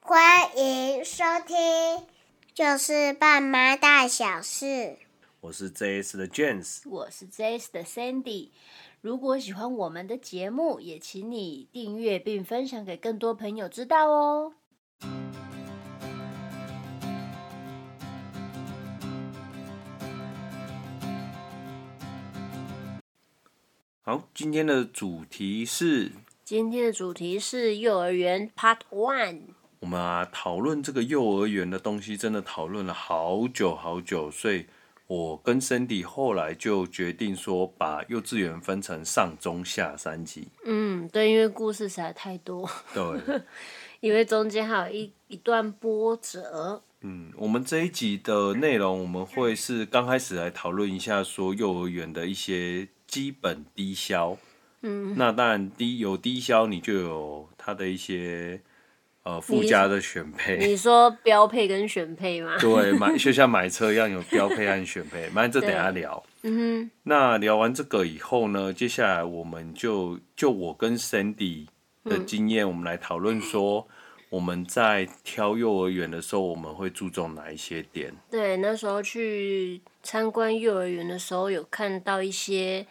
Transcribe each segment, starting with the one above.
欢迎收听，就是爸妈大小事。我是这一次的 James，我是 Jace 的 Sandy。如果喜欢我们的节目，也请你订阅并分享给更多朋友知道哦。好，今天的主题是今天的主题是幼儿园 Part One，我们啊讨论这个幼儿园的东西，真的讨论了好久好久，所以我跟 Cindy 后来就决定说，把幼稚园分成上中下三集。嗯，对，因为故事实在太多， 对，因为中间还有一一段波折。嗯，我们这一集的内容，我们会是刚开始来讨论一下说幼儿园的一些基本低消。嗯，那当然低有低消，你就有它的一些呃附你加的选配。你说标配跟选配 吗？对，买就像买车一样有标配和选配，反正这等一下聊。嗯那聊完这个以后呢，接下来我们就就我跟 Sandy 的经验，我们来讨论说我们在挑幼儿园的时候，我们会注重哪一些点？对，那时候去参观幼儿园的时候，有看到一些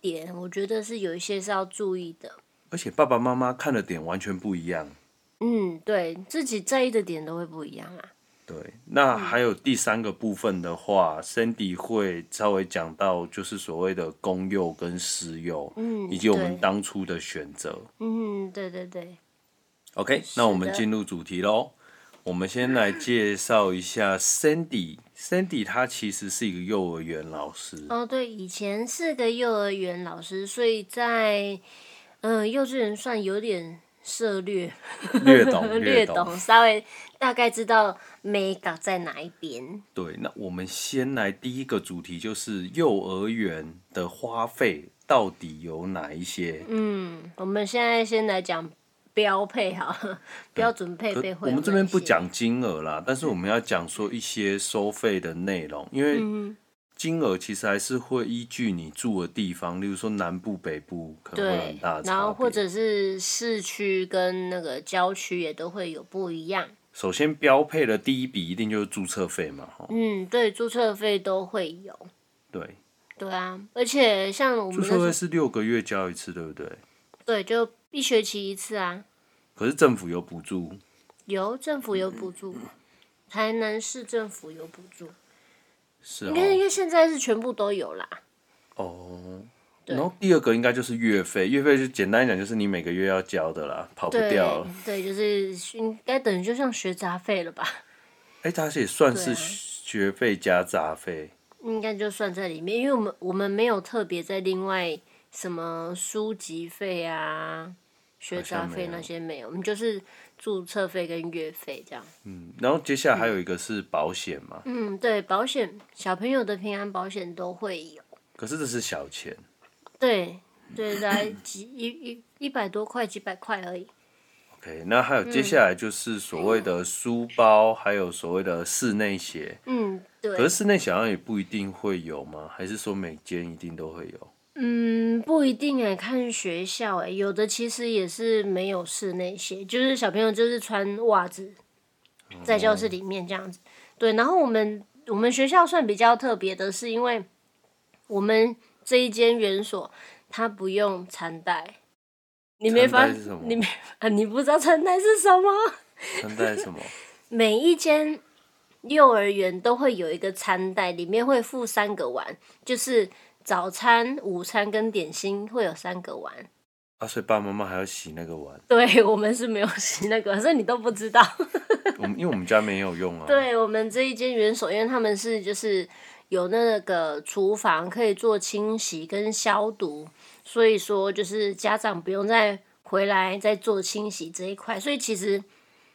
点，我觉得是有一些是要注意的。而且爸爸妈妈看的点完全不一样。嗯，对自己在意的点都会不一样啊。对，那还有第三个部分的话、c i n d y 会稍微讲到就是所谓的公幼跟私幼，嗯以及我们对当初的选择。嗯，对对对， OK，那我们的进入主题喽。我们先来介绍一下 Sandy。Sandy 他其实是一个幼儿园老师，哦对，以前是个幼儿园老师，所以在嗯、呃幼稚园算有点涉略 略懂略懂。懂，稍微大概知道美港在哪一边。对，那我们先来第一个主题，就是幼儿园的花费到底有哪一些？嗯，我们现在先来讲标配好了，标准配可备会我有们这边哪不些讲金额啦，但是我们要讲说一些收费的内容，因嗯为金额其实还是会依据你住的地方，例如说南部、北部可能会有很对大的，差别。然后或者是市区跟那个郊区也都会有不一样。首先标配的第一笔一定就是注册费嘛，哈，嗯，对，注册费都会有。对，对啊，而且像我们注那时册候费是六个月交一次，对不对？对，就一学期一次啊，可是政府有补助，有政府有补助，台南市政府有补助，是应该应哦。该现在是全部都有啦。哦，对然后第二个应该就是月费，月费就简单讲就是你每个月要交的啦，跑不对掉了。对，就是应该等于就像学杂费了吧，哎，它也算对是啊学费加杂费，应该就算在里面，因为我们我们没有特别在另外什么书籍费啊、学杂费好像没有那些没有，我们就是注册费跟月费这样。嗯，然后接下来还有一个是保险嘛，嗯，对，保险小朋友的平安保险都会有。可是这是小钱，对对，来几一一一百多块，几百块而已。 OK，那还有接下来就是所谓的书包，还有所谓的室内鞋。嗯，可对是，室内小像也不一定会有吗？还是说每间一定都会有？嗯，不一定哎，看学校哎，有的其实也是没有室内鞋，就是小朋友就是穿袜子哦在教室里面这样子。对，然后我们我们学校算比较特别的是，因为我们这一间园所它不用餐袋。你没发餐袋是什么你没啊？你不知道餐袋是什么？穿戴什么？每一间幼儿园都会有一个餐袋，里面会附三个碗，就是早餐、午餐跟点心会有三个碗。啊，所以爸爸妈妈还要洗那个碗。对我们是没有洗那个，所以你都不知道。 我们因为我们家没有用啊。。对我们这一间园所，因为他们是就是有那个厨房可以做清洗跟消毒，所以说就是家长不用再回来再做清洗这一块，所以其实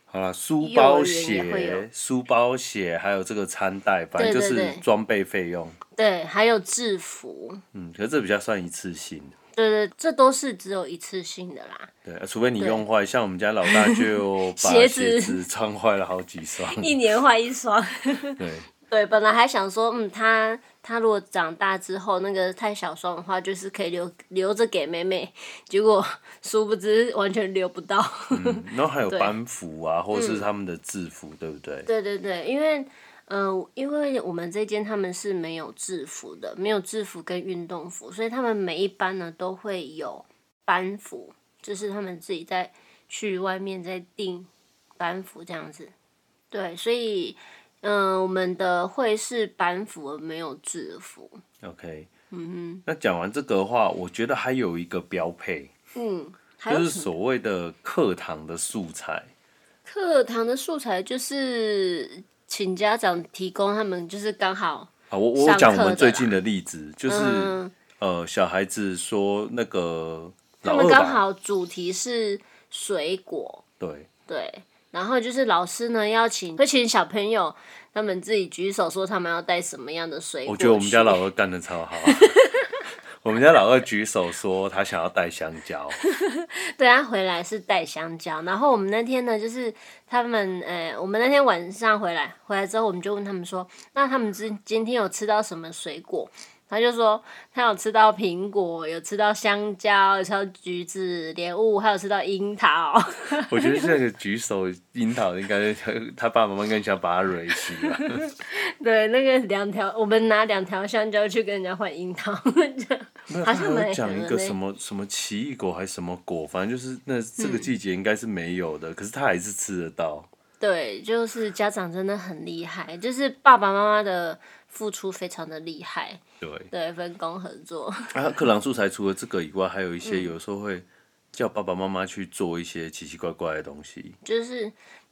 好了，书幼包儿园也会鞋有、书包鞋，还有这个餐袋，反正就对对是对装备费用。对还有制服，嗯，可是这比较算一次性的。对对，这都是只有一次性的啦。对，呃除非你用坏，像我们家老大 就把鞋鞋子子穿坏了好几双。 一年换一双。对，对，本来还想说，嗯，他他如果长大之后那个太小双的话，就是可以留留着给妹妹，结果殊不知完全留不到。嗯然后还有班服啊，或嗯者是他们的制服，对不对？对对对，因为呃，因为我们这间他们是没有制服的，没有制服跟运动服，所以他们每一班呢都会有班服，就是他们自己在去外面再订班服这样子。对，所以嗯、呃我们的会是班服没有制服。 OK，嗯那讲完这个的话，我觉得还有一个标配，嗯，还就有是什么所谓的课堂的素材。课堂的素材就是请家长提供他们就是刚好啊，我我上讲我课们的最啦近的例子，就是、嗯呃，小孩子说那个他老们二刚吧，好主题是水果，对，对，然后就是老师呢邀请会请小朋友他们自己举手说他们要带什么样的水果去。我觉得我们家老二干的 超好。我们家老二举手说他想要带香蕉，对他回来是带香蕉，然后我们那天呢就是他们呃，我们那天晚上回来回来之后，我们就问他们说，那他们今今天有吃到什么水果？他就说他有吃到苹果，有吃到香蕉，有吃到橘子、莲雾，还有吃到樱桃。 我觉得这个举手樱桃应该他他爸爸妈妈应该想把他蕊起了。 对，那个两条，我们拿两条香蕉去跟人家换樱桃， 这样没有，好他像还蛮有讲一狠个的嘞什么什么奇异果还是什么果，反正就是那这嗯个季节应该是没有的，可是他还是吃得到。对，就是家长真的很厉害，就是爸爸妈妈的付出非常的厉害，对，对，分工合作， 啊，课堂素材除了这个以外，还有一些有时候会叫爸爸妈妈去做一些奇奇怪怪的东西。就是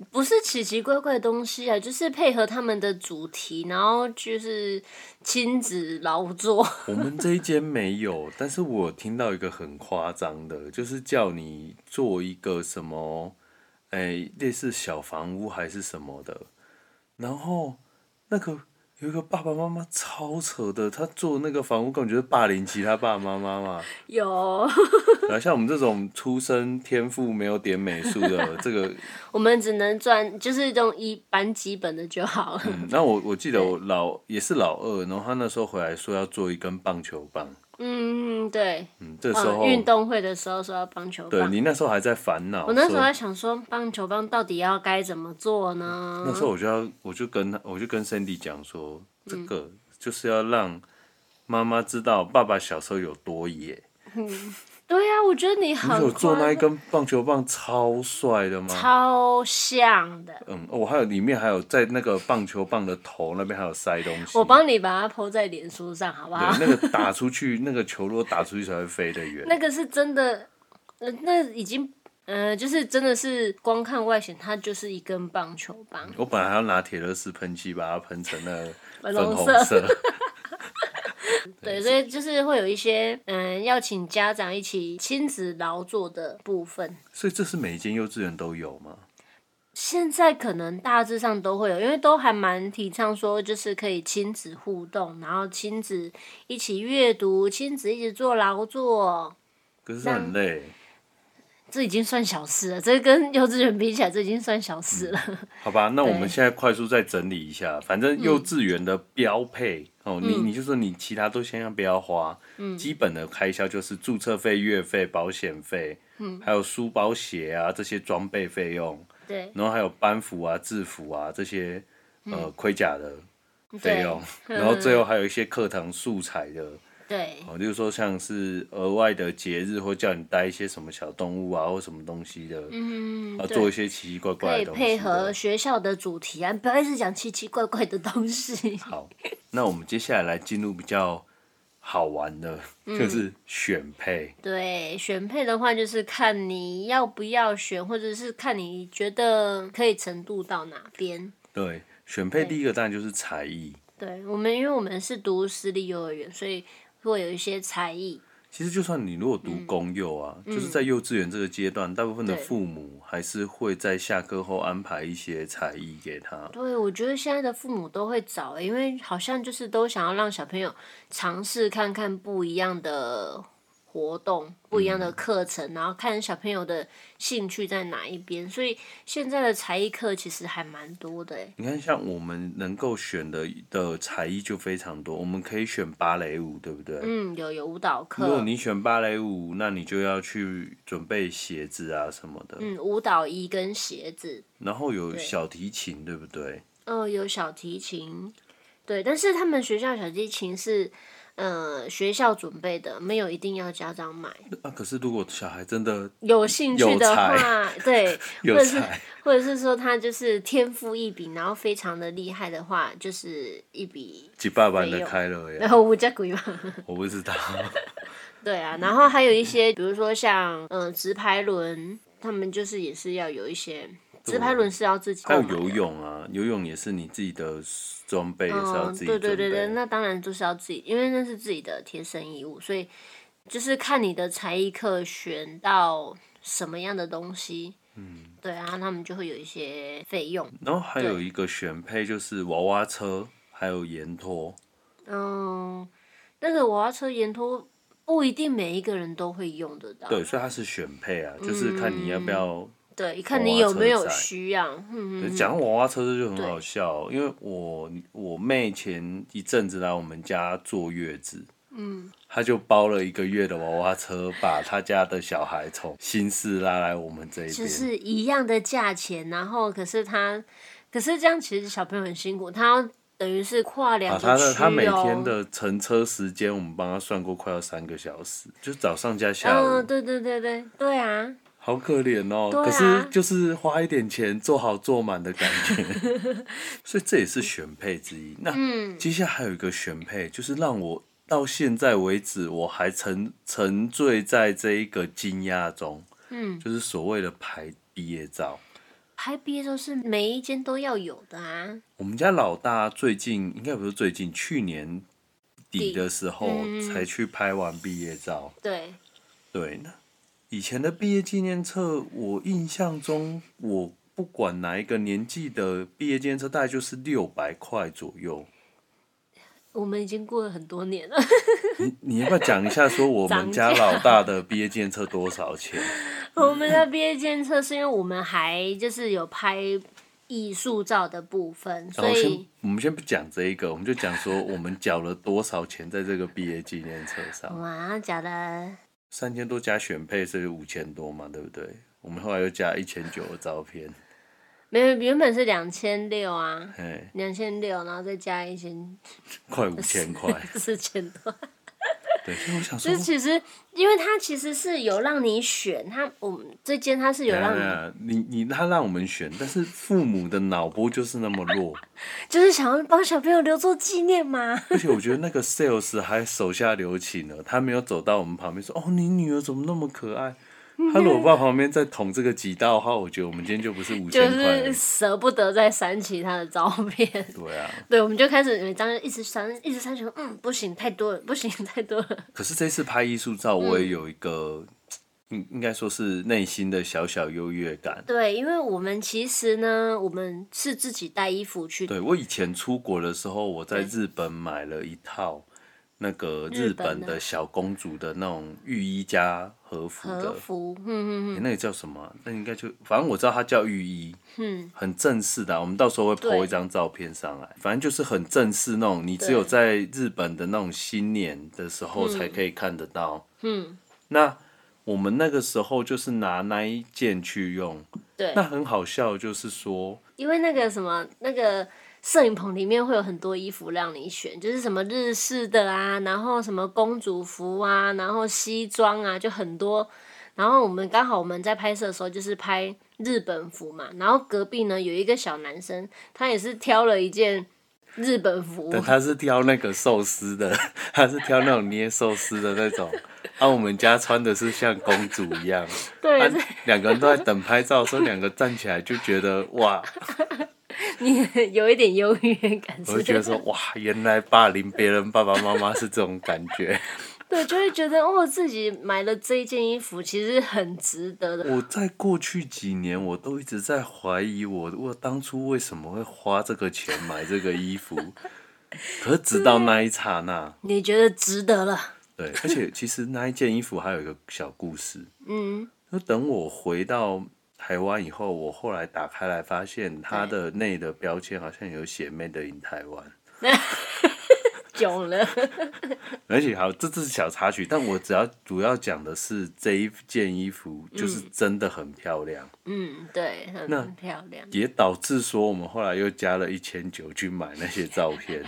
不是奇奇怪怪的东西啊，就是配合他们的主题，然后就是亲子劳作， 我们这一间没有，但是我听到一个很夸张的，就是叫你做一个什么，哎、类似小房屋还是什么的，然后那个有一个爸爸妈妈超扯的，他做那个房屋根本就是霸凌其他爸爸妈妈嘛。有，然后像我们这种出身天赋没有点美术的，这个，我们只能赚就是用一般基本的就好了，嗯那我我记得我老也是老二，然后他那时候回来说要做一根棒球棒，嗯，对，嗯，这时嗯，候。运动会的时候说要棒球对棒，你那时候还在烦恼，我那时说候还想说棒球棒到底要该怎么做呢？那时候我就要，我就跟他，我就跟 Cindy 讲说，这嗯个就是要让妈妈知道爸爸小时候有多野。对呀、我觉得你你很有做那夸一根棒球棒超帅的吗？超像的。嗯，哦我还有里面还有在那个棒球棒的头那边还有塞东西。我帮你把它抛在脸书上，好不好？对那个打出去，那个球如果打出去才会飞得远。 那个是真的，呃，那已经，呃，就是真的是光看外形，它就是一根棒球棒，我本来还要拿铁乐士喷漆把它喷成那个 粉粉红红色色。对，所以就是会有一些，嗯、要请家长一起亲子劳作的部分。所以这是每一间幼稚园都有吗？现在可能大致上都会有，因为都还蛮提倡说，就是可以亲子互动，然后亲子一起阅读，亲子一起做劳作，可是这很累，这已经算小事了。这跟幼稚园比起来，这已经算小事了。好吧，那我们对现在快速再整理一下，反正幼稚园的标配、哦，你嗯你就说你其他都先要不要花，基本的开销就是注册费、月费、保险费，嗯还有书包、鞋啊这些装备费用， 对，然后还有班服啊、制服啊这些呃盔甲的嗯费对 用，然后最后还有一些课堂素材的，对，哦，例如说像是额外的节日或叫你带一些什么小动物啊或什么东西的，嗯，啊对做一些奇奇怪可怪的以东西配的合学校的主题啊，不要一直讲奇奇怪怪的东西。 好，那我们接下来来进入比较好玩的，就是嗯选配。对，选配的话就是看你要不要选，或者是看你觉得可以程度到哪边。对，选配第一个当然就是才艺，对我们，因为我们是读私立幼儿园，所以会有一些才艺。其实就算你如果读公幼啊，就是在幼稚园这个阶段，大部分嗯的对父母还是会在下课后安排一些才艺给他。对，我觉得现在的父母都会找、欸因为好像就是都想要让小朋友尝试看看不一样的活动、不一样嗯的课程，然后看小朋友的兴趣在哪一边。所以现在的才艺课其实还蛮多的欸诶。你看，像我们能够选的的才艺就非常多，我们可以选芭蕾舞，对不对？嗯，有有舞蹈如果课，你选芭蕾舞，那你就要去准备鞋子啊什么的，嗯，舞蹈衣跟鞋子，然后有对小提琴，对不对？呃，有小提琴，对，但是他们学校小提琴是呃学校准备的，没有一定要家长买。啊，可是如果小孩真的有兴趣的话，对，或 有者是才，或者是说他就是天赋异禀，然后非常的厉害的话，就是一笔，几百万没的有开了 然呀，后物价贵嘛，我不知道。对啊，然后还有一些，比如说像嗯、呃直排轮，他们就是也是要有一些直排轮是要自己购还有买的游。泳啊，游泳也是你自己的装备，也是要嗯，自己对准备。对对对，那当然就是要自己，因为那是自己的贴身衣物，所以就是看你的才艺课选到什么样的东西，嗯，对啊，他们就会有一些费用，然后还有对一个选配就是娃娃车，还有盐托。嗯，那个娃娃车沿途不一定每一个人都会用得到。对，所以它是选配啊，嗯就是看你要不要。对，看你有没有需要。对嗯嗯，讲到娃娃车这就很对好笑哦、因为我我妹前一阵子来我们家坐月子，嗯，她就包了一个月的娃娃车，把她家的小孩从新市拉来我们这边。就是一样的价钱，然后可是他，可是这样其实小朋友很辛苦，他要等于是跨两个啊，区、他哦的他每天的乘车时间，我们帮他算过，快要三个小时，就早上加下午，嗯，对对对对对啊，好可怜哦。对啊可是就是花一点钱做好做满的感觉， 所以这也是选配之一。那、接下来还有一个选配，就是让我到现在为止，我还沉沉醉在这一个惊讶中，嗯，就是所谓的拍毕业照。拍毕业都是每一间都要有的啊。我们家老大最近应该不是最近，去年底的时候嗯才去拍完毕业照。对，对，那以前的毕业纪念册，我印象中，我不管哪一个年纪的毕业纪念册，大概就是六百块左右。我们已经过了很多年了。 你你要不要讲一下，说我涨们价家老大的毕业纪念册多少钱？我们的毕业监测是因为我们还就是有拍艺术照的部分，然所后以先我们先不讲这一个，我们就讲说我们缴了多少钱在这个毕业纪念册上，哇，嗯啊假的，三千多加选配是五千多嘛，对不对？我们后来又加一千九的照片，没有，原本是两千六啊，哎，两千六，然后再加一千。快五千块四千多。对，所以我想说这，其实，因为它其实是有让你选，它我们这间它是有让你，啊，你你他让我们选，但是父母的脑波就是那么弱，就是想要帮小朋友留作纪念嘛。而且我觉得那个 sales 还手下留情了，他没有走到我们旁边说：“哦，你女儿怎么那么可爱？”他如果爸旁边再捅这个几刀的话，我觉得我们今天就不是五就千块了是。舍不得再删其他的照 片，对啊，对，我们就开始每张一直删，一直删，想说嗯，不行，太多了，不行，太多了。可是这次拍艺术照，嗯我也有一个，应应该说是内心的小小优越 感。对，因为我们其实呢，我们是自己带衣服去，对我以前出国的时候，我在日本买了一套那个日日本本的的小公主的那种浴衣加和服的和服，嗯嗯欸那个叫什么啊、那应该就反正我知道它叫浴衣，嗯，很正式的啊、我们到时候会对 po 一张照片上来，反正就是很正式那种，你只对嗯有在日本的那种新年的时候才可以看得到。嗯，那我们那个时候就是拿那一件去用，对那，很好笑，就是说因为那个什么那个。摄影棚里面会有很多衣服让你选，就是什么日式的啊，然后什么公主服啊，然后西装啊，就很多。然后我们刚好我们在拍摄的时候就是拍日本服嘛，然后隔壁呢有一个小男生，他也是挑了一件日本服，但他是挑那个寿司的，他是挑那种捏寿司的那种。啊，我们家穿的是像公主一样，对，啊是，两个人都在等拍照的时候，两个站起来就觉得哇，你 有一点优越感，是不我就是觉得说哇，原来霸凌别人爸爸妈妈是这种感觉。 对，就会觉得哦，自己买了这一件衣服其实很值得的。我在过去几年，我都一直在怀疑我我当初为什么会花这个钱买这个衣服，可是直到那一刹那，你觉得值得了？ 对，而且其实那一件衣服还有一个小故事。 嗯，就等我回到台湾以后，我后来打开来发现它的内的标签好像有写 “Made in 台湾囧了，”，而且好，这只是小插曲，但我只要主要讲的是这一件衣服就是真的很漂亮，嗯，对，那很漂亮。也导致说我们后来又加了一千九去买那些照片。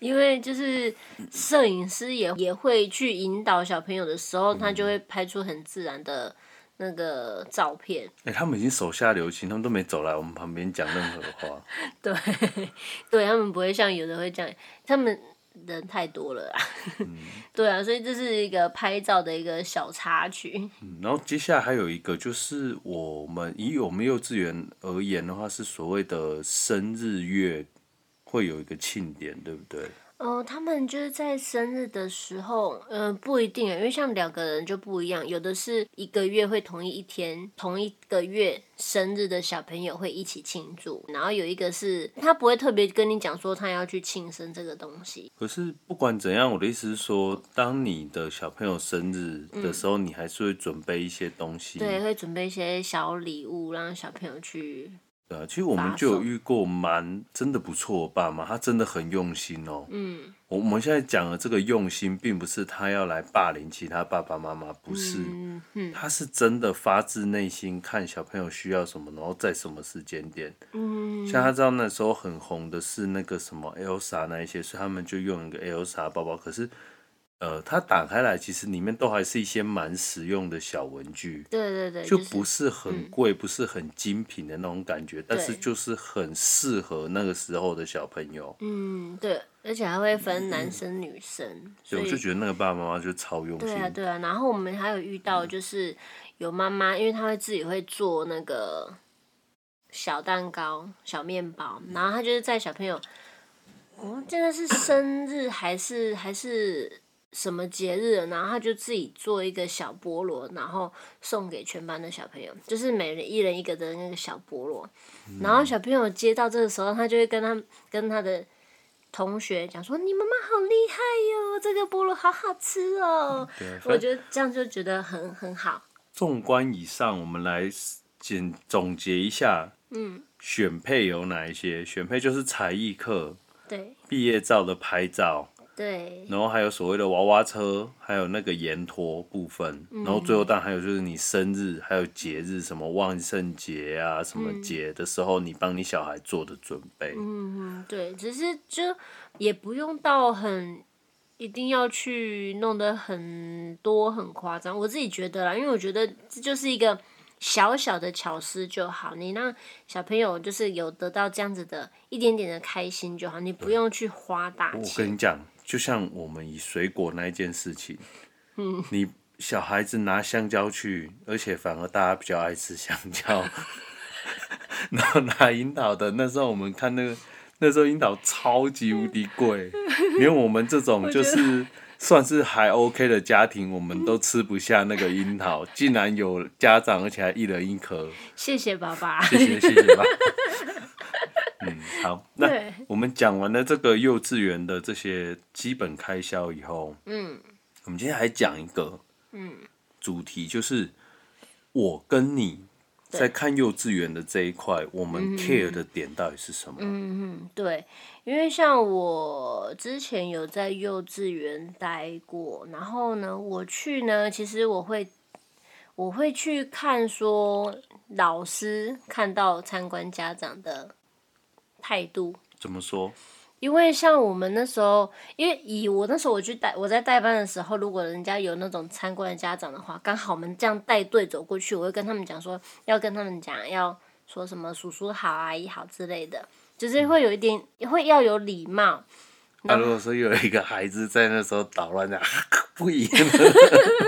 因为就是摄影师也也会去引导小朋友的时候，他就会拍出很自然的那个照片。哎、他们已经手下留情，他们都没走来我们旁边讲任何话。对， 对他们不会像有的会这样，他们人太多了啊。 对啊，所以这是一个拍照的一个小插曲。嗯然后接下来还有一个就是我们以我们幼稚园而言的话，是所谓的生日月会有一个庆典，对不对？哦，他们就是在生日的时候，呃，不一定啊，因为像两个人就不一样，有的是一个月会同一一天，同一个月生日的小朋友会一起庆祝，然后有一个是他不会特别跟你讲说他要去庆生这个东西，可是不管怎样，我的意思是说，当你的小朋友生日的时候，你还是会准备一些东西。嗯对，会准备一些小礼物让小朋友去，对啊，其实我们发就有送遇过蛮真的不错的爸妈，他真的很用心哦。嗯，我我们现在讲的这个用心，并不是他要来霸凌其他爸爸妈妈，不是，嗯哼，他是真的发自内心看小朋友需要什么，然后在什么时间点。嗯，像他知道那时候很红的是那个什么 Elsa 那一些，所以他们就用一个 Elsa 包包。可是，呃，它打开来其实里面都还是一些蛮实用的小文具。对对对，就就是嗯不是很贵，不是很精品的那种感觉，但是对就是很适合那个时候的小朋友。嗯对，而且还会分男生女生，所所以我以就觉得那个爸爸妈妈就超用对心。啊，对啊。然后我们还有遇到，就是有妈妈，因为她会自己会做那个小蛋糕、小面包，然后她就是在小朋友，哦，真的是生日还是还是什么节日了，然后她就自己做一个小菠萝，然后送给全班的小朋友，就是每人一人一个的那个小菠萝。然后小朋友接到这个时候，他就会跟他跟他的。同学讲说：“你妈妈好厉害哟、这个菠萝好好吃哦、对啊，我反正觉得这样就觉得很很好。纵观以上，我们来简总结一下。嗯，选配有哪一些？选配就是才艺课、对毕业照的拍照，对然后还有所谓的娃娃车，还有那个延托部分，然后最后当然还有就是你生日，还有节日，什么万圣节啊，什么节的时候，你帮你小孩做的准备。对，只是就也不用到很一定要去弄得很多很夸张，我自己觉得啦，因为我觉得这就是一个小小的巧思就好，你让小朋友就是有得到这样子的一点点的开心就好，你不用去花大哦我跟钱。你讲，就像我们以水果那一件事情，嗯，你小孩子拿香蕉去，而且反而大家比较爱吃香蕉， 然后拿樱桃的，那时候我们看那个，那时候樱桃超级无敌贵，连我们这种就是。算是还 OK 的家庭，我们都吃不下那个樱桃，竟然有家长，而且还一人一颗，谢谢爸爸。谢谢谢谢吧。嗯，好，那对我们讲完了这个幼稚园的这些基本开销以后，嗯，我们今天还讲一个，嗯，主题就是我跟你对在看幼稚园的这一块，我们 care 的点到底是什么？嗯，对，因为像我之前有在幼稚园待过，然后呢，我去呢，其实我会我会去看说老师看到参观家长的态度，怎么说？因为像我们那时候，因为以我那时候我去带我在代班的时候，如果人家有那种参观的家长的话，刚好我们这样带队走过去，我会跟他们讲说，要跟他们讲要说什么叔叔好、阿姨好之类的，就是会有一点会要有礼貌。那、如果说有一个孩子在那时候捣乱 的，不赢，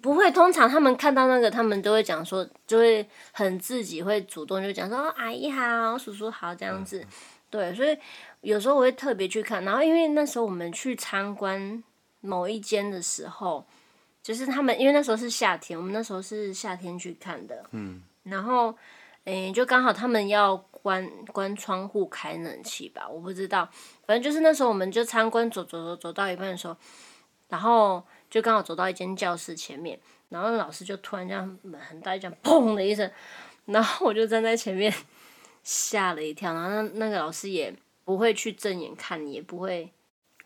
不会，通常他们看到那个，他们都会讲说，就会很自己会主动就讲说、哦、阿姨好，叔叔好这样子。对，所以有时候我会特别去看，然后因为那时候我们去参观某一间的时候，就是他们因为那时候是夏天，我们那时候是夏天去看的，嗯，然后诶、就刚好他们要关关窗户开冷气吧，我不知道，反正就是那时候我们就参观走走走走到一半的时候，然后就刚好走到一间教室前面，然后老师就突然这样门很大一样砰的一声，然后我就站在前面吓了一跳，然后那那个老师也不会去正眼看你，也不会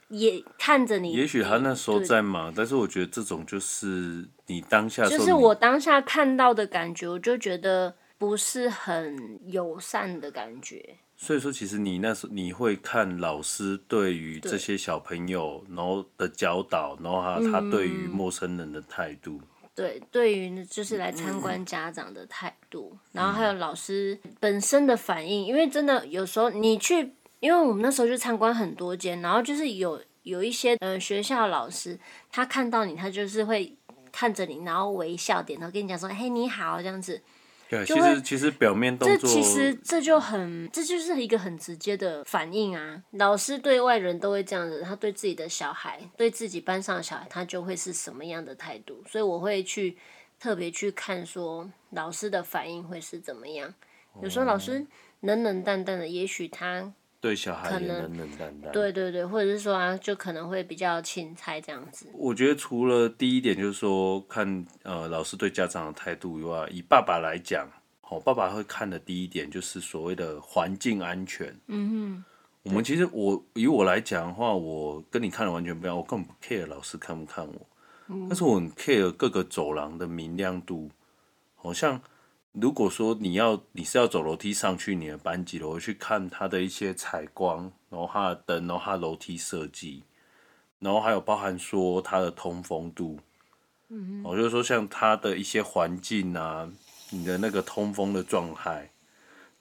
也看着你，也许他那时候对在忙，但是我觉得这种就是你当下就说是你我当下看到的感觉，我就觉得不是很友善的感觉。所以说，其实你那时候你会看老师对于对这些小朋友，然后的教导，然后他他嗯对于陌生人的态度，对，对于就是来参观家长的态度，然后还有老师本身的反应，因为真的有时候你去，因为我们那时候就参观很多间，然后就是有有一些嗯、呃学校的老师，他看到你，他就是会看着你，然后微笑点头跟你讲说，嘿你好这样子，对，就其会实其实表面动这作，其实这就很，这就是一个很直接的反应啊。老师对外人都会这样子，他对自己的小孩，对自己班上的小孩，他就会是什么样的态度。所以我会去特别去看说老师的反应会是怎么样。有时候老哦师冷冷淡淡的，也许他对小孩可也能冷冷淡淡。对对对，或者是说啊，就可能会比较轻猜这样子。我觉得除了第一点就是说看呃老师对家长的态度以外，以爸爸来讲，哦，爸爸会看的第一点就是所谓的环境安全。嗯我们其实我以我来讲的话，我跟你看的完全不一样，我根本不 care 老师看不看我，但是我很 care 各个走廊的明亮度。好、像如果说你要你是要走楼梯上去你的班级楼，我会去看它的一些采光，然后它的灯，然后它的楼梯设计。然后还有包含说它的通风度，嗯，我、就是说像它的一些环境啊，你的那个通风的状态，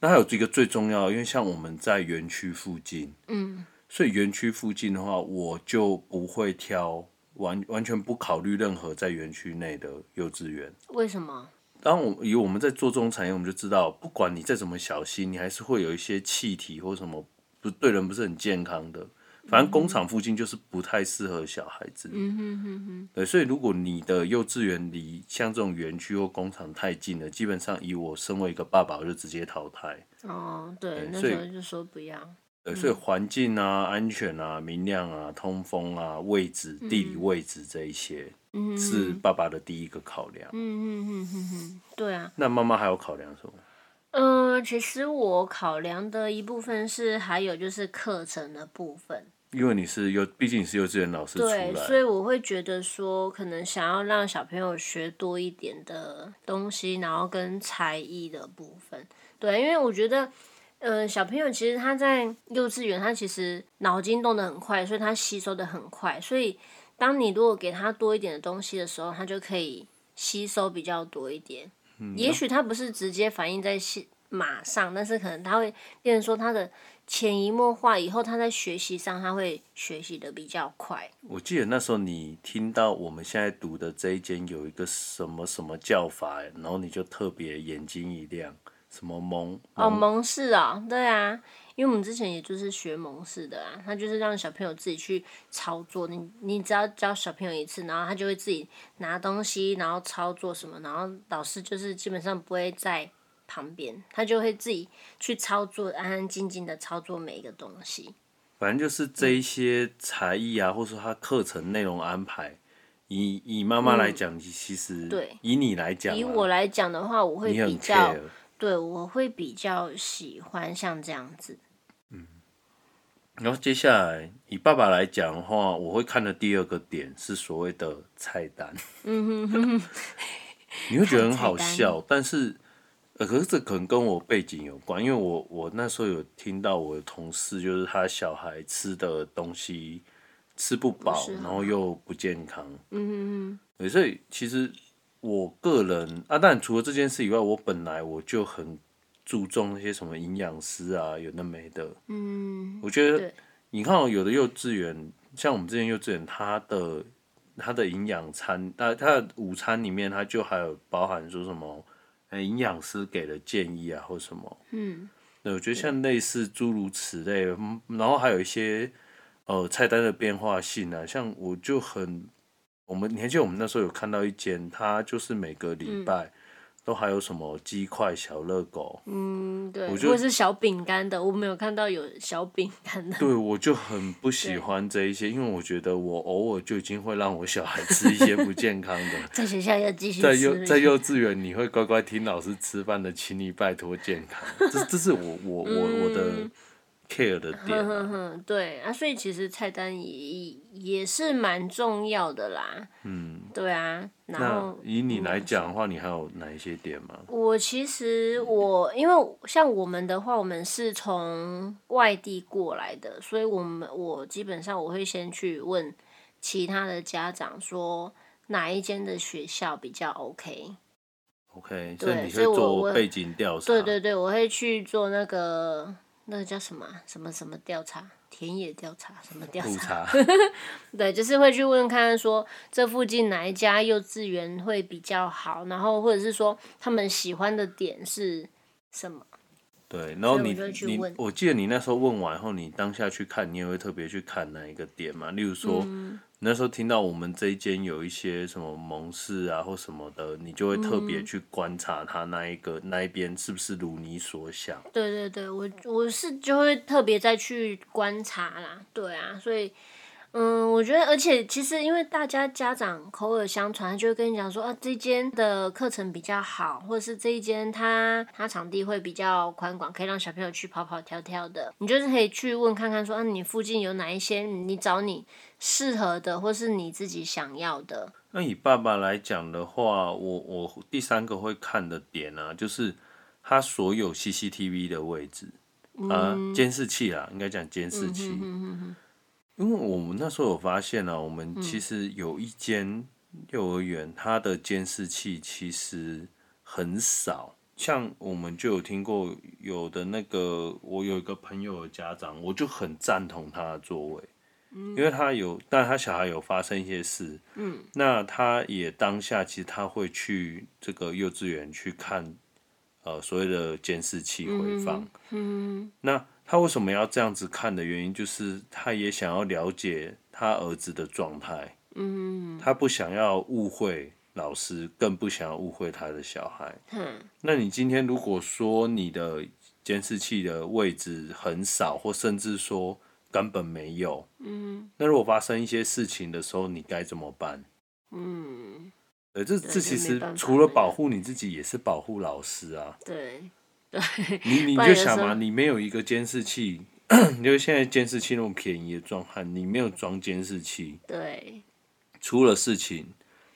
那还有一个最重要的，因为像我们在园区附近，嗯，所以园区附近的话，我就不会挑完完全不考虑任何在园区内的幼稚园。为什么？当我以我们在做这种产业，我们就知道，不管你再怎么小心，你还是会有一些气体或什么不对人不是很健康的。反正工厂附近就是不太适合小孩子。嗯哼哼哼。对，所以如果你的幼稚园离像这种园区或工厂太近了，基本上以我身为一个爸爸，我就直接淘汰。哦，对对，那哎所以时候就说不要。对，嗯所以环境啊、安全啊、明亮啊、通风啊、位置、地理位置这一些，嗯是爸爸的第一个考量。嗯嗯嗯嗯嗯，对啊。那妈妈还有考量什么？嗯，其实我考量的一部分是还有就是课程的部分，因为你是幼，毕竟你是幼稚园老师出来对，，所以我会觉得说，可能想要让小朋友学多一点的东西，然后跟才艺的部分，对，因为我觉得。呃，小朋友其实他在幼稚园，他其实脑筋动得很快，所以他吸收的很快。所以，当你如果给他多一点的东西的时候，他就可以吸收比较多一点。嗯也许他不是直接反映在心马上，但是可能他会变成说他的潜移默化，以后他在学习上他会学习的比较快。我记得那时候你听到我们现在读的这一间有一个什么什么教法，然后你就特别眼睛一亮，什么蒙哦，蒙氏哦，对啊，因为我们之前也就是学蒙氏的啊，他就是让小朋友自己去操作，你你只要教小朋友一次，然后他就会自己拿东西，然后操作什么，然后老师就是基本上不会在旁边，他就会自己去操作，安安静静的操作每一个东西。反正就是这嗯一些才艺啊，或者说他课程内容安排，以以妈妈来讲，其实嗯对以你来讲啊、以我来讲的话，我会你比很较 care，对，我会比较喜欢像这样子。然后接下来以爸爸来讲的话，我会看的第二个点是所谓的菜单。 你会觉得很好笑，但是呃，可是这可能跟我背景有关，因为我我那时候有听到我的同事，就是他小孩吃的东西吃不饱，是很然后又不健康。嗯嗯对，所以其实我个人啊，但除了这件事以外，我本来我就很注重那些什么营养师啊，有的没的。嗯，我觉得对你看、哦，有的幼稚园，像我们之前幼稚园，它的它的营养餐，它它的午餐里面，它就还有包含说什么，呃，营养师给的建议啊，或什么，嗯，对，我觉得像类似诸如此类，嗯然后还有一些呃菜单的变化性啊，像我就很，我们你还记得我们那时候有看到一间，它就是每个礼拜。都还有什么鸡块、小热狗。嗯，对，我或就者是小饼干的，我没有看到有小饼干的。。对，我就很不喜欢这一些，因为我觉得我偶尔就已经会让我小孩吃一些不健康的 在学校要继续在吃幼在幼稚园，你会乖乖听老师吃饭的，请你拜托健康。这这是我我嗯我我的 care 的点啊、哼哼，对啊，所以其实菜单也也是蛮重要的啦。嗯，对啊，然那后嗯以你来讲的话，你还有哪一些点吗？我其实我因为像我们的话，我们是从外地过来的，所以我们我基本上我会先去问其他的家长说哪一间的学校比较 OK。 OK，所对以你所会以我做我背景调查，对对对，我会去做那个那个叫什么啊什么什么调查，田野调查什么调普查？查， 对，就是会去问看看说这附近哪一家幼稚园会比较好，然后或者是说他们喜欢的点是什么？对，然后所以我你就会去你问，我记得你那时候问完后，你当下去看，你也会特别去看哪一个点嘛？例如说，嗯你那时候听到我们这一间有一些什么蒙氏啊或什么的，你嗯就会特别去观察它那一个、那一边是不是如你所想。对对对，我我是就会特别再去观察啦，对啊，所以。嗯，我觉得，而且其实因为大家家长口耳相传，他就会跟你讲说啊，这间的课程比较好，或者是这一间它它场地会比较宽广，可以让小朋友去跑跑跳跳的。你就是可以去问看看说，啊，你附近有哪一些你找你适合的，或是你自己想要的。那以爸爸来讲的话，我我第三个会看的点啊，就是他所有 CCTV 的位置啊、嗯监视器啦，应该讲监视器。因为我们那时候有发现啊，我们其实有一间幼儿园，它的监视器其实很少。像我们就有听过有的那个，我有一个朋友的家长，我就很赞同他的作为，因为他有，但他小孩有发生一些事，嗯，那他也当下其实他会去这个幼稚园去看，呃，所谓的监视器回嗯放，那他为什么要这样子看的原因，就是他也想要了解他儿子的状态。嗯，他不想要误会老师，更不想要误会他的小孩。嗯，那你今天如果说你的监视器的位置很少，或甚至说根本没有，嗯，那如果发生一些事情的时候，你该怎么办？嗯，呃，这对这其这没实办法除了那个保护你自己，也是保护老师啊。对， 你你不然有就时想嘛，候你没有一个监视器， 你就现在监视器那种便宜的状态，你没有装监视器，对，出了事情，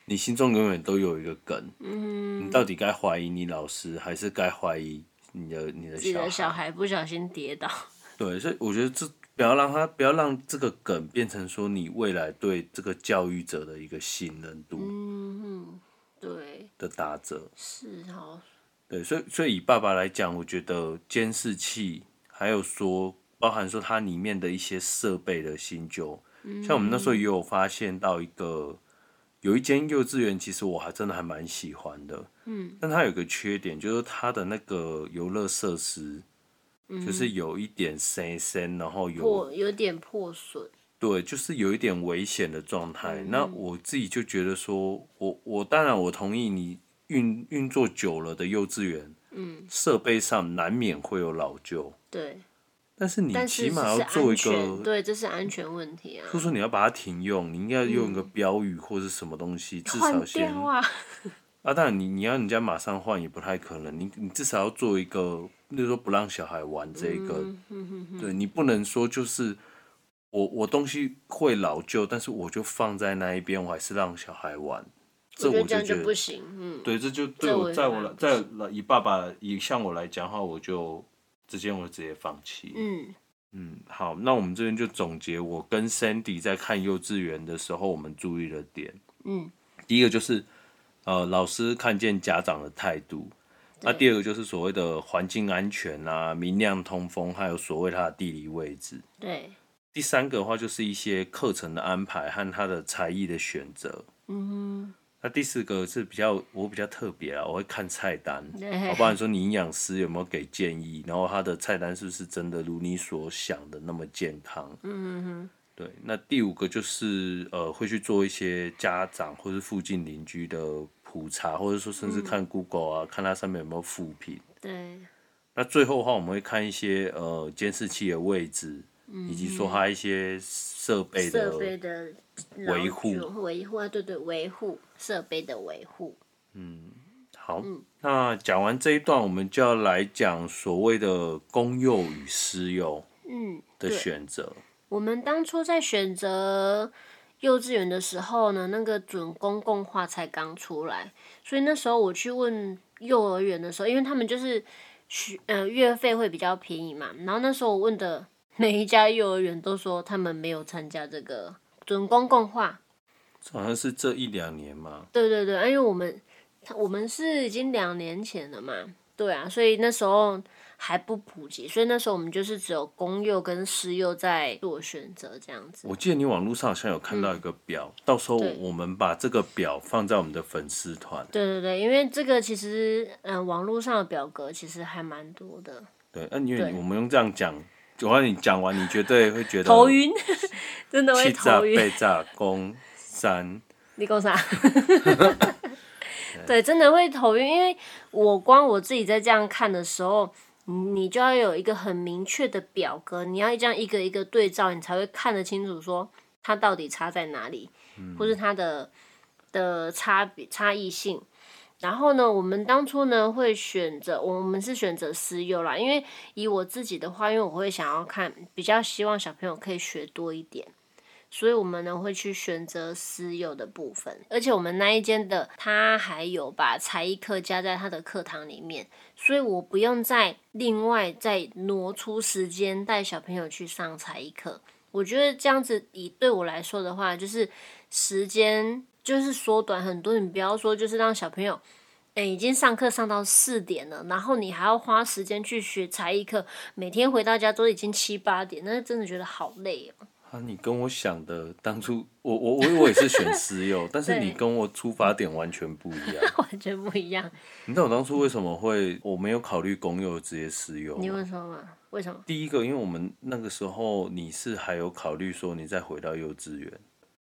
你心中永远都有一个梗，嗯你到底该怀疑你老师，还是该怀疑你的你的自己小的孩？小孩不小心跌倒， 对，所以我觉得这不要让他不要让这个梗变成说你未来对这个教育者的一个信任嗯度对，的打折。是哦好，对，所以所以以爸爸来讲，我觉得监视器还有说，包含说它里面的一些设备的新旧，像我们那时候也有发现到一个，有一间幼稚园，其实我还真的还蛮喜欢的，嗯，但它有个缺点，就是它的那个游乐设施，就是有一点深深，然后有破有点破损。对，就是有一点危险的状态。那嗯我自己就觉得说，我我当然我同意你运运作久了的幼稚园，嗯，设备上难免会有老旧，对，但是你但是起码这要是做安一全，个，对，这是安全问题啊，就说你要把它停用，你应该用一个标语或是什么东西，至嗯换少先掉啊，啊，当然你你要人家马上换也不太可能，你你至少要做一个，例如说不让小孩玩这一个，嗯对你不能说就是我我东西会老旧，但是我就放在那一边，我还是让小孩玩，这我觉我得这样觉就得不行，嗯，对，这就对这我我在也我蛮来不在来以爸爸以像我来讲的话，我就之前我直接放弃，嗯，嗯，好，那我们这边就总结我跟 Sandy 在看幼稚园的时候，我们注意的点。嗯，第一个就是，呃，老师看见家长的态度。那、啊第二个就是所谓的环境安全啊、明亮通风，还有所谓它的地理位置。对，第三个的话就是一些课程的安排和他的才艺的选择。嗯，那第四个是比较我比较特别啊，我会看菜单，对好，不然说你营养师有没有给建议，然后他的菜单是不是真的如你所想的那么健康？嗯对。那第五个就是呃，会去做一些家长或是附近邻居的普查，或者说甚嗯至看 Google 啊，看它上面有没有复评。对，那最后的话，我们会看一些呃监视器的位置，以及说它一些设备的嗯设备的老维护旧维护啊，对对，维护设备的维护。好，嗯那讲完这一段，我们就要来讲所谓的公幼与私幼嗯，的对选择。我们当初在选择幼稚园的时候呢，那个准公共化才刚出来，所以那时候我去问幼儿园的时候，因为他们就是学呃月费会比较便宜嘛，然后那时候我问的 每一家幼儿园都说他们没有参加这个准公共化，这好像是这一两年嘛，对对对，啊因为我们他我们是已经两年前了嘛，对啊，所以那时候还不普及，所以那时候我们就是只有公幼跟私幼在做选择这样子。我记得你网络上好像有看到一个表，到时候嗯对我们把这个表放在我们的粉丝团。对对对，因为这个其实，嗯、网络上的表格其实还蛮多的，对，那、因为对我们用这样讲，我让你讲完，你绝对会觉得头晕， 真的会气炸、头晕。被炸、攻三。你讲啥？对，真的会头晕，因为我光我自己在这样看的时候，你就要有一个很明确的表格，你要这样一个一个对照，你才会看得清楚，说它到底差在哪里，或是它的的差别差异性。然后呢，我们当初呢会选择，我们是选择私幼啦，因为以我自己的话，因为我会想要看，比较希望小朋友可以学多一点。所以我们呢会去选择私有的部分，而且我们那一间的它还有把才艺课加在它的课堂里面，所以我不用再另外再挪出时间带小朋友去上才艺课。我觉得这样子以对我来说的话，就是时间就是缩短很多。你不要说就是让小朋友，哎、已经上课上到四点了，然后你还要花时间去学才艺课，每天回到家都已经七八点，那真的觉得好累哦、 啊，你跟我想的当初，我我我我也是选私幼，但是你对跟我出发点完全不一样。 完全不一样。你知道我当初为什么会我没有考虑公幼直接私幼吗？你为什么吗？为什么？第一个，因为我们那个时候你是还有考虑说你再回到幼稚园，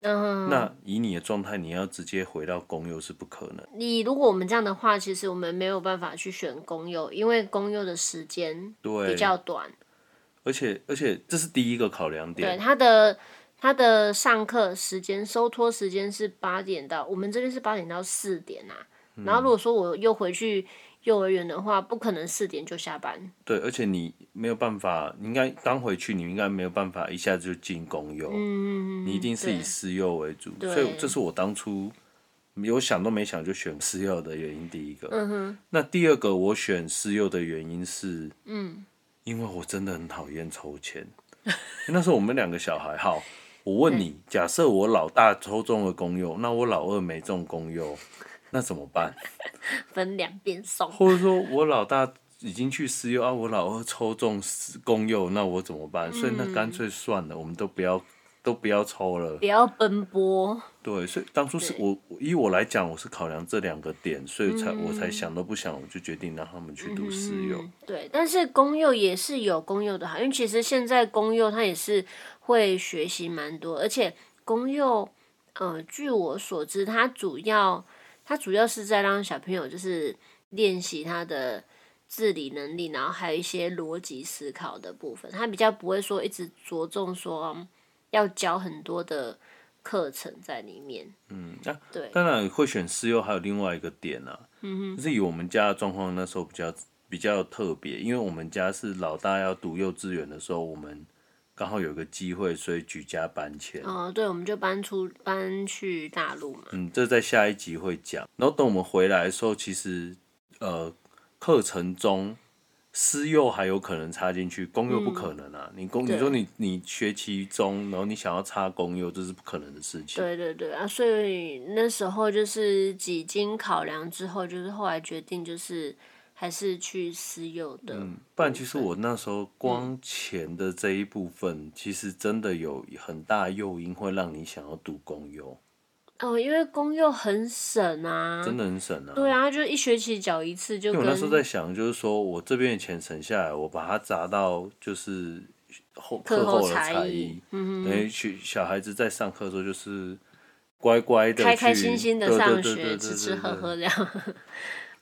嗯，那以你的状态，你要直接回到公幼是不可能。你如果我们这样的话，其实我们没有办法去选公幼，因为公幼的时间对，比较短，而且而且这是第一个考量对点，它的它的上课时间收托时间是八点到，我们这边是八点到四点啊。嗯然后如果说我又回去幼儿园的话，不可能四点就下班，对，而且你没有办法，你应该刚回去，你应该没有办法一下子就进公幼，嗯，你一定是以对私幼为主，对所以这是我当初有想都没想就选私幼的原因。第一个，嗯哼，那第二个我选私幼的原因是，嗯，因为我真的很讨厌抽签。那时候我们两个小孩，好，我问你，假设我老大抽中了公幼，那我老二没中公幼，那怎么办？分两边送。或者说我老大已经去私幼啊，我老二抽中私公幼，那我怎么办？所以那干脆算了，我们都不要都不要抽了不。要奔波，对，所以当初是对我我以我来讲，我是考量这两个点，所以才、我才想都不想，我就决定让他们去读私幼。嗯对，但是公幼也是有公幼的好，因为其实现在公幼它也是会学习蛮多，而且公幼，呃，据我所知，它主要它主要是在让小朋友就是练习他的自理能力，然后还有一些逻辑思考的部分，它比较不会说一直着重说要教很多的课程在里面。嗯，那、对当然会选私幼，还有另外一个点啊，嗯就是以我们家的状况，那时候比较比较特别，因为我们家是老大要读幼稚园的时候，我们刚好有个机会，所以举家搬迁。嗯、对，我们就搬出搬去大陆嘛。嗯，这在下一集会讲。然后等我们回来的时候，其实呃，课程中私幼还有可能插进去，公幼不可能啊。你公你嗯对说你你学期中，然后你想要插公幼，这是不可能的事情。对对对啊，所以那时候就是几经考量之后，就是后来决定就是还是去私幼的。嗯，不然其实我那时嗯候光钱的这一部分，其实真的有很大诱因会让你想要读公幼，哦，因为公幼很省啊。真。的很省啊。对啊，就一学期缴一次就因为跟。我那时候在想，就是说我这边的钱省下来，我把它砸到就是后课课后后的才才艺嗯艺，等于学小孩子在上课的时候就是乖乖的开开心心的上学，吃吃吃喝喝这样。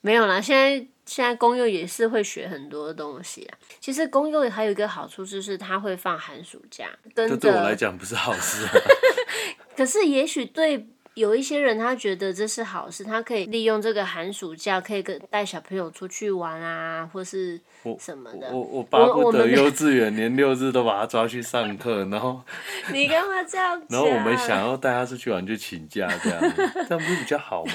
没有啦，现在现在公幼也是会学很多东西啊。其实公幼还有一个好处就是它会放寒暑假，这跟对我来着。讲不是好 事、啊。可是也许对有一些人，他觉得这是好事，他可以利用这个寒暑假，可以跟带小朋友出去玩啊，或是什么的我。我巴不我得们幼稚园连六日都把他抓去上课，然后你干嘛这样讲？然后我们想要带他出去玩就请假这样， 这样不是比较好吗？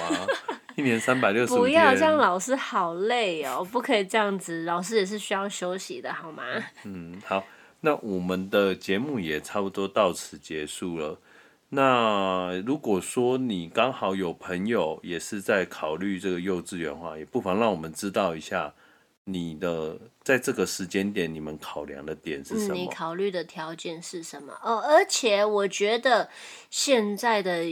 一年三百六十五不天要，这样老师好累哦，不可以这样子，老师也是需要休息的，好吗？嗯，好，那我们的节目也差不多到此结束了。那如果说你刚好有朋友也是在考虑这个幼稚园的话，也不妨让我们知道一下你的在这个时间点你们考量的点 是什嗯，么。你考虑的条件是什么？哦，而且我觉得现在的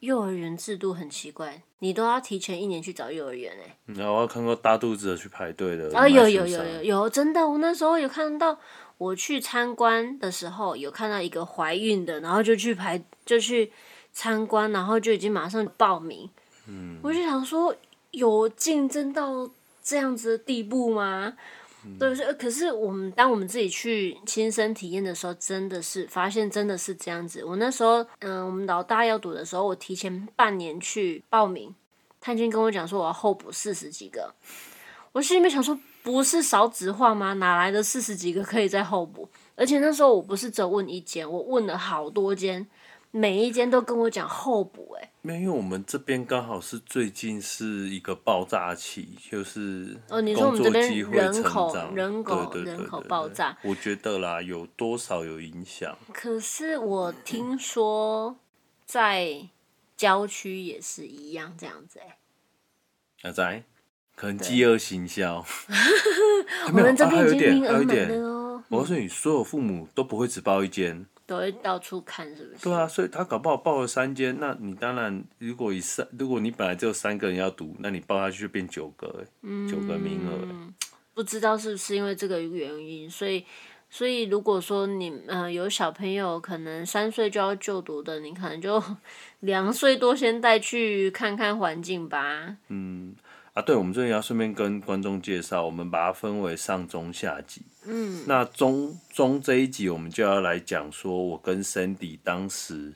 幼儿园制度很奇怪，你都要提前一年去找幼儿园哎、嗯然后我看过大肚子的去排队的，啊，有买有手有杖有有，真的，我那时候有看到，我去参观的时候有看到一个怀孕的，然后就去排就去参观，然后就已经马上报名。嗯，我就想说，有竞争到这样子的地步吗？对，是可是我们当我们自己去亲身体验的时候，真的是发现真的是这样子。我那时候，嗯，我们老大要读的时候，我提前半年去报名，他已经跟我讲说我要候补四十几个，我心里面想说，不是少子化吗？哪来的四十几个可以再候补？而且那时候我不是只问一间，我问了好多间，每一间都跟我讲候补、欸，没有，我们这边刚好是最近是一个爆炸期，就是哦你说我们这工作边机会人成口长人口对对对人口对对爆炸我觉得啦，有多少有影响，可是我听说在郊区也是一样这样子、欸，阿仔，可能饥饿行 销。我我们这还边有已经一点，名还有额一满点，了哦，我告诉你，所有父母都不会只报一间。都会到处看，是不是？对啊，所以他搞不好报了三间，那你当然，如果以三，如果你本来只有三个人要读，那你报下去就变九个、欸，嗯九个名额、欸。不知道是不是因为这个原因，所以所以如果说你呃有小朋友可能三岁就要就读的，你可能就 两岁多先带去看看环境吧。啊，对，我们这里要顺便跟观众介绍，我们把它分为上中下集。嗯，那中中这一集，我们就要来讲说，我跟 Sandy 当时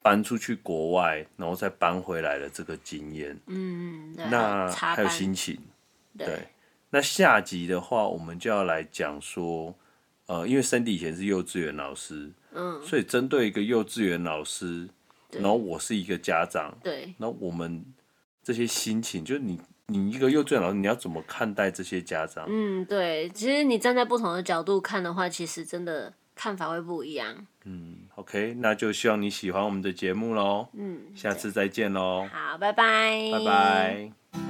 搬出去国外，然后再搬回来的这个经验，嗯，对那插还有班心情。对对那下集的话，我们就要来讲说，呃，因为 Sandy 以前是幼稚园老师，嗯，所以针对一个幼稚园老师，对然后我是一个家长，对那我们这些心情，就是你你一个幼稚园老师，你要怎么看待这些家长？嗯对，其实你站在不同的角度看的话，其实真的看法会不一样。 OK，那就希望你喜欢我们的节目喽，嗯，下次再见喽，好，拜拜，拜拜。